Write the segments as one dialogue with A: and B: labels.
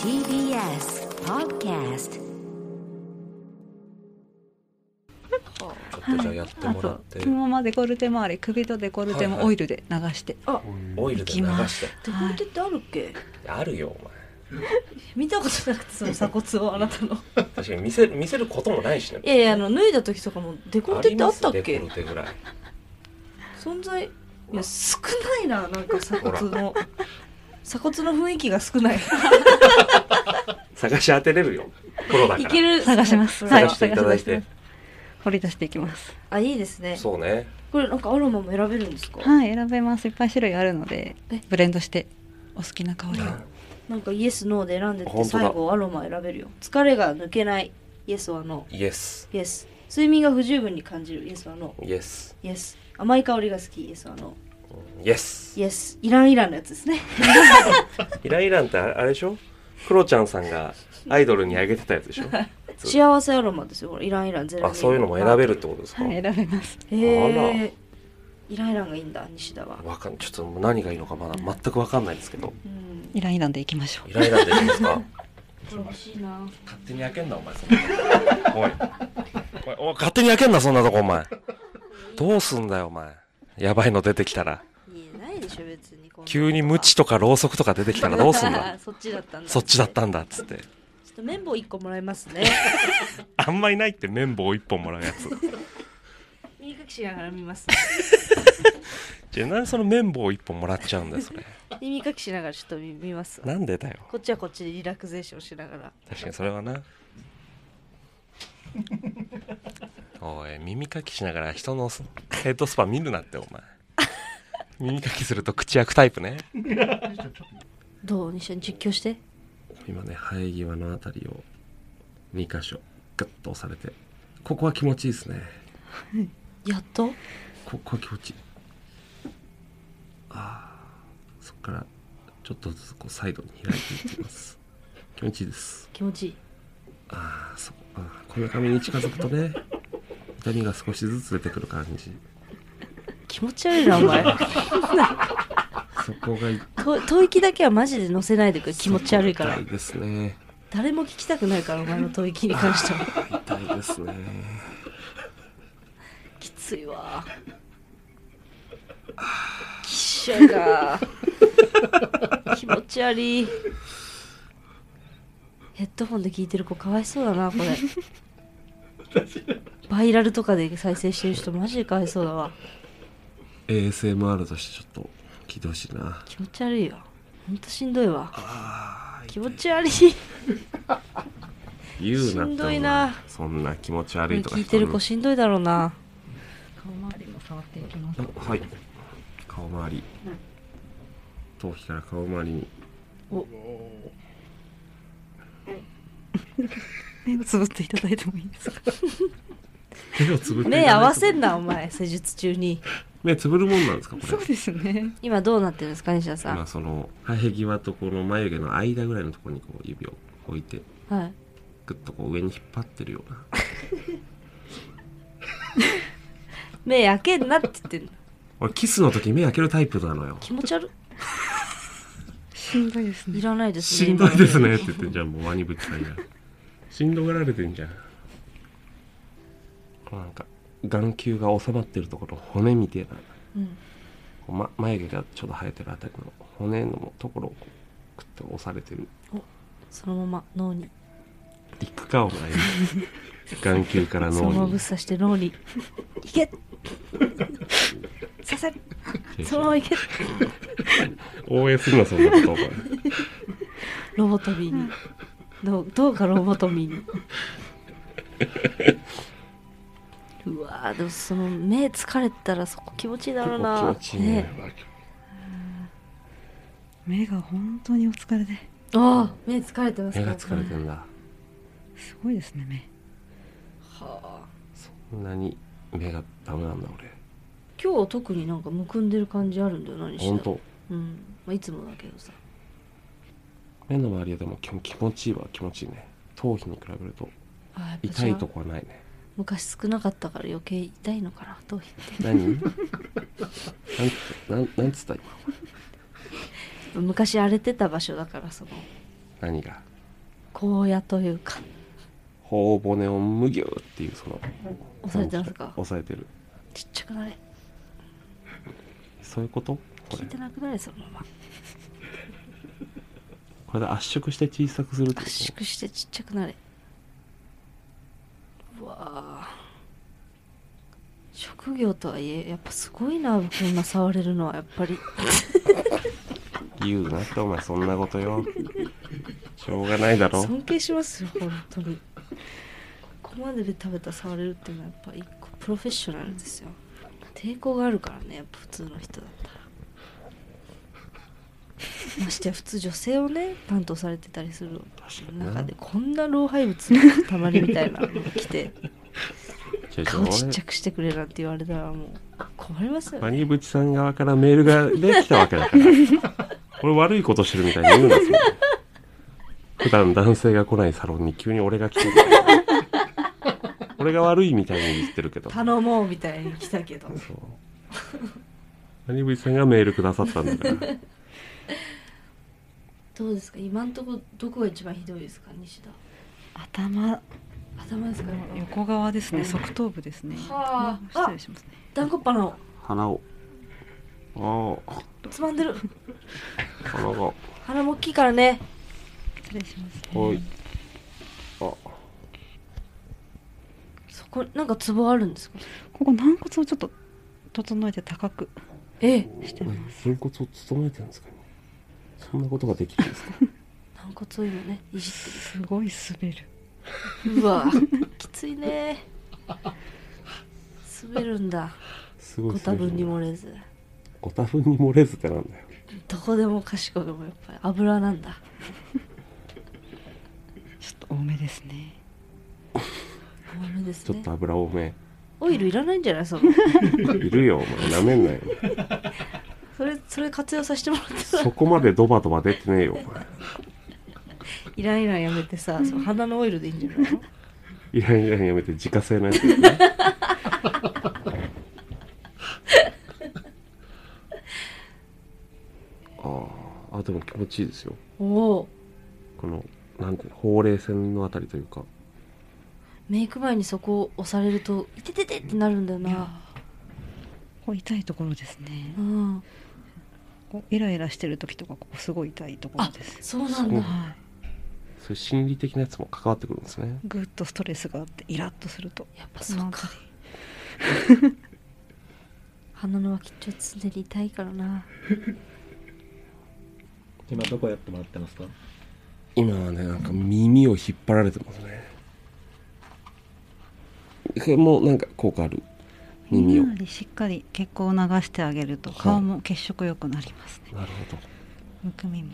A: TBS Podcast
B: ちょっとじゃあやって
C: あ
B: もら
C: と
B: って
C: そのままデコルテ周り首とデコルテ
B: はい
C: も
B: はい
C: オイルで流して、
B: オイルで流
C: 行きま
B: し
C: す
B: て
D: デコルテってあるっけ、
B: あるよ
D: 見たことなくてその鎖骨をあなたの
B: お前確かに見せ見せることもないしね
D: いやいやあの脱いだ時とかもデコルテってあったっ
B: り
D: け
B: ますデコルテぐらい
D: 存在いや少ないななんか鎖骨の鎖骨の雰囲気が少ない
B: 探し当てれるよプロだから
D: いける
C: 探します
D: はい
B: 探していただいて、
C: はい掘り出していきます
D: あいいですね
B: そうね
D: これなんかアロマも選べるんですか
C: はい選べますいっぱい種類あるので
D: え
C: ブレンドしてお好きな香りを
D: なんかイエスノーで選んでっ
B: 本
D: て
B: 当だ
D: 最後アロマ選べるよ疲れが抜けないイエスはノ
B: イエス
D: ーイエス睡眠が不十分に感じるイエスはノ
B: イエス
D: ーイエス甘い香りが好きイエスはノ
B: イエス
D: ーイエスイランイランのやつですね
B: イライランってあれでしょクロちゃんさんがアイドルにあげてたやつでしょ
D: 幸せアロマですよこれイランイランゼロ
B: あそういうのも選べるってことですか、
C: はい選べます
B: あら
D: へえイランイランがいいんだ西田は
B: わかんちょっともう何がいいのかまだ全くわかんないですけど
D: うん
C: イランイランでいきましょう
B: イライランでいいですか
D: 欲しいな
B: 勝手に開けんなお前そんなとこおいおいおい勝手に開けんなそんなとこお前どうすんだよお前やばいの出てきたら
D: いやないでしょ別にこんなの
B: 急にムチとかろうそくとか出てきたらどうすんだ
D: そっちだったん だ
B: そっちだったんだっつって
D: ちょっと綿棒一個もらいますね
B: あんまいないって綿棒一本もらうやつ
D: 耳かきしながら見ます
B: じゃあなんでその綿棒一本もらっちゃうんだよそれ
D: 耳かきしながらちょっと見見ます
B: なんでだよ
D: こっちはこっちでリラクゼーションしながら
B: 確かにそれはなおい耳かきしながら人のスヘッドスパ見るなってお前耳かきすると口開くタイプね
D: どう西田実況して
B: 今ね生え際のあたりを2箇所グッと押されてここは気持ちいいですね
D: やっと
B: ここは気持ちいいあーそっからちょっとずつこうサイドに開いていってます 気持ちいいです
D: 気持ちいい
B: あーそあーこめかみに近づくとね痛みが少しずつ出てくる感じ
D: 気持ち悪いなお 前
B: そこが痛
D: と吐息だけはマジで乗せないでくれ気持ち悪いから
B: いですね
D: 誰も聞きたくないからお前の吐息に関しては
B: 痛いですね
D: きついわきっしょいな気持ち悪いヘッドホンで聞いてる子かわいそうだなこれバイラルとかで再生してる人マジでかわいそうだわ
B: ASMR としてちょっと聞いてほしいな
D: 気持ち悪いよほんとしんどいわ
B: あー
D: 気持ち悪い
B: 言うなって
D: しんどいな
B: そんな気持ち悪いとか
D: 聞いてる子
B: 人
D: しんどいだろうな
C: 顔周りも触っていきます
B: のはい顔周り、頭皮から顔周りに
C: 目をつぶっていただいてもいいですか
B: 手をつぶっていただい
D: 目
B: ても
D: 合わせんなお前施術中に
B: 目つぶるもんなんですかこ
C: そう
B: れ
C: ですね
D: 今どうなってるんですか西田さん
B: 今その生え際とこの眉毛の間ぐらいのところにこう指を置いて
D: はい
B: グッとこう上に引っ張ってるような
D: 目開けんなって言ってんの
B: 俺キスの時目開けるタイプなのよ
D: 気持ち悪
C: しんどいです
D: い
C: ね
D: らないですね
B: しんどいですねって言ってんじゃんもうワニブッチさんがしんどがられてんじゃんこうなんか眼球が収まってるところ骨みてえな
D: うん
B: こうま、眉毛がちょうど生えてるあたりの骨のところをこうクッと押されてる
D: そのまま脳に
B: 陸顔がいる 眼球から
D: そのまま
B: 脳
D: ぶっ
B: に
D: 刺して脳にいけ刺せそのままいけ
B: 応援するなそんなこと お前
D: ロボトミーにどうどうかロボトミーにうわーでもその目疲れたらそこ気持ちいいだろうな
B: 結構気持ちいいね
D: ね
C: 目が本当にお疲れで
D: ああ目疲れてます
B: 目
D: ね
B: が疲れてんだ
C: すごいですね目
D: はあ
B: そんなに目がダメなんだ俺
D: 今日は特になんかむくんでる感じあるんだよ何して
B: 本当
D: うん、まあ、いつもだけどさ
B: 目の周りはでも気気持ちいいわ気持ちいいね頭皮に比べると
D: あーやっぱ
B: 痛
D: じゃ
B: い
D: あ
B: とこはないね
D: 昔少なかったから余計痛いのかな頭皮って
B: 何なんなんなんつった今
D: 昔荒れてた場所だからその
B: 何が
D: 荒野というか
B: 頬骨をむぎゅーっていうその
D: 押されてますか
B: 押さえてる
D: ちっちゃくなれ
B: そういうことこ
D: 聞
B: れ
D: いてなくなれそのまま
B: これで圧縮して小さくするってこと
D: 圧縮してちっちゃくなれうわあ職業とはいえやっぱすごいなこんな触れるのはやっぱり
B: 言うなってお前そんなこと よしょうがないだろ
D: 尊敬しますよ本当にここまでで食べた触れるっていうのはやっぱ一個プロフェッショナルですよ抵抗があるからねやっぱ普通の人だったらましてや普通女性をね担当されてたりする
B: 確かにな
D: 中でこんな老廃物の塊みたいなのが来て
B: ちょいちょ
D: 顔
B: い
D: ちっちゃくしてくれなんて言われたらもう困りますよね
B: 俺谷口さん側からメールができたわけだから俺悪いことしてるみたいに言うんですよ普段男性が来ないサロンに急に俺が来てる俺が悪いみたいに言ってるけど
D: 頼もうみたいに来たけど
B: そう谷口さんがメールくださったんだから
D: どうですか今んとこどこが一番ひどいですか西田
C: 頭
D: 頭ですか
C: の横側ですね側頭部ですね
D: はあ
C: 失礼しますね
D: ダンコッパの
B: 鼻をああ
D: つまんでる
B: 鼻が
D: 鼻も大きいからね
C: 失礼します
B: はいあ
D: そこなんかツボあるんですか
C: ここ軟骨をちょっと整えて高く
D: ええ
C: して
B: 何
C: ます
B: 軟骨を務めてるんですかねそんなことができるんですか
D: 軟骨を今ねいじっ
C: すごい滑る
D: てるうわきついね滑るんだ
B: すごい
D: ご
B: です
D: 多
B: ね
D: 分に漏れず
B: ご多分に漏れずってなんだよ
D: どこでもかしこでもやっぱり油なんだ
C: ちょっと多めですね
D: 多めです
B: ちょっ
D: ね
B: と油多め
D: オイルいらないんじゃないその
B: いるよお前なめんなよ
D: それそれ活用させてもらったら
B: そこまでドバドバ出てねえよお前
D: イライラやめてさその鼻のオイルでいいんじゃないの
B: いらんいらんやめて自家製のやつです ねあああでも気持ちいいですよ
D: おお
B: このなんてほうれい線のあたりというか
D: メイク前にそこを押されると「いててて」ってなるんだよ
C: いや
D: な
C: ここ痛いところですね
D: うん
C: こうイライラしてる時とかここすごい痛いところ
D: あ
C: です
D: そうなん
B: そ
D: だ
B: う
C: はい
B: そういう心理的なやつも関わってくるんですね
C: ぐっとストレスがあってイラッとすると
D: やっぱそうか
C: この辺り
D: 鼻の脇っちょ常に痛いからな
E: 今どこやってもらってますか
B: 今はねなんか耳を引っ張られてますねこれもなんか効果ある耳を
C: 耳よりしっかり血行を流してあげると
B: はい
C: 顔も血色良くなりますね
B: なるほ
C: むくみも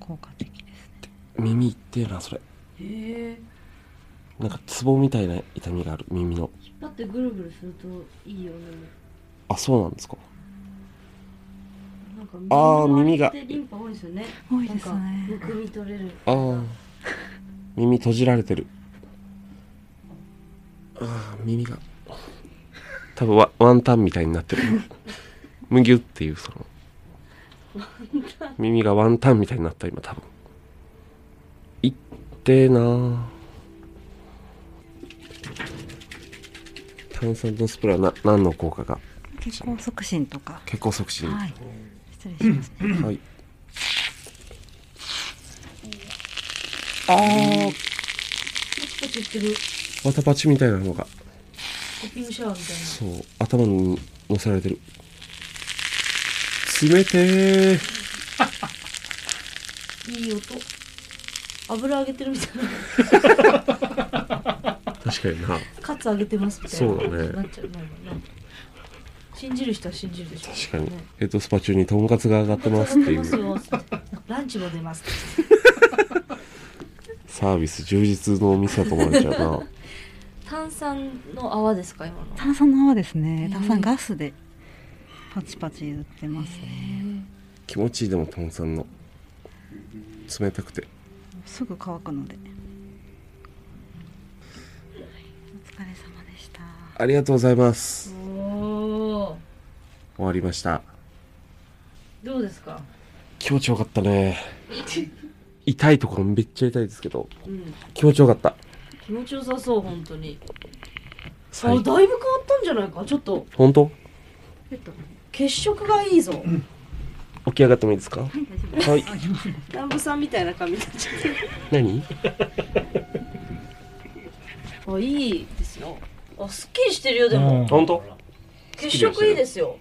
C: 効果的ですね
B: ど耳ってえなそれ
D: へえ
B: なんかツボみたいな痛みがある耳の
D: 引っ張ってぐるぐるするといいよね
B: あそうなんですか
D: なんか
B: あー耳が
D: 周りってリンパ多いですよね
C: 多いですね
D: なんかむくみ取れる
B: ああ耳閉じられてるああ耳が多分ワワンタンみたいになってるむぎゅっていうその耳がワンタンみたいになった今多分いってえなあ炭酸のスプレーはな何の効果が
C: 血行促進とか
B: 血行促進
C: はい失礼しますね
B: はい。ああ、
D: パチってる
B: わたパチみたいなのが、
D: コピングシャワーみたいな
B: そう、頭に乗せられてる。冷てー。
D: いい音油揚げてるみたいな
B: 確かにな。
D: カツ揚げてますみたいな
B: そうだね
D: なっちゃうなんかね信じる人は信じるでしょ
B: 確かに
D: ね。
B: ヘッドスパ中にとんかつが上がってますってい
D: カツ
B: う
D: 揚げてますよってランチも出ますって
B: サービス充実のお店だと思われちゃうな。
D: 炭酸の泡ですか今の
C: 炭酸の泡ですね
D: えー
C: 炭酸ガスでパチパチ言ってます
D: へ
C: ね
B: 気持ちいいでも炭酸の。冷たくて。
C: すぐ乾くのではいお疲れ様でした
B: ありがとうございま
D: え
B: す。
D: おー
B: 終わりました。
D: どうですか
B: 気持ちよかったね。痛いところめっちゃ痛いですけど
D: うん、
B: 気持ちよかった
D: 気持ちよさそう本当にあだ
B: 最
D: いぶ変わったんじゃないかちょっと
B: 本当
D: 血色がいいぞ
B: 起き上がってもいいですかはい
D: 南部さんみたいな髪になっちゃっ
B: 何
D: たあいいですよあすっきりしてるよでも、
F: うん
B: 本当
D: 血色いいですよ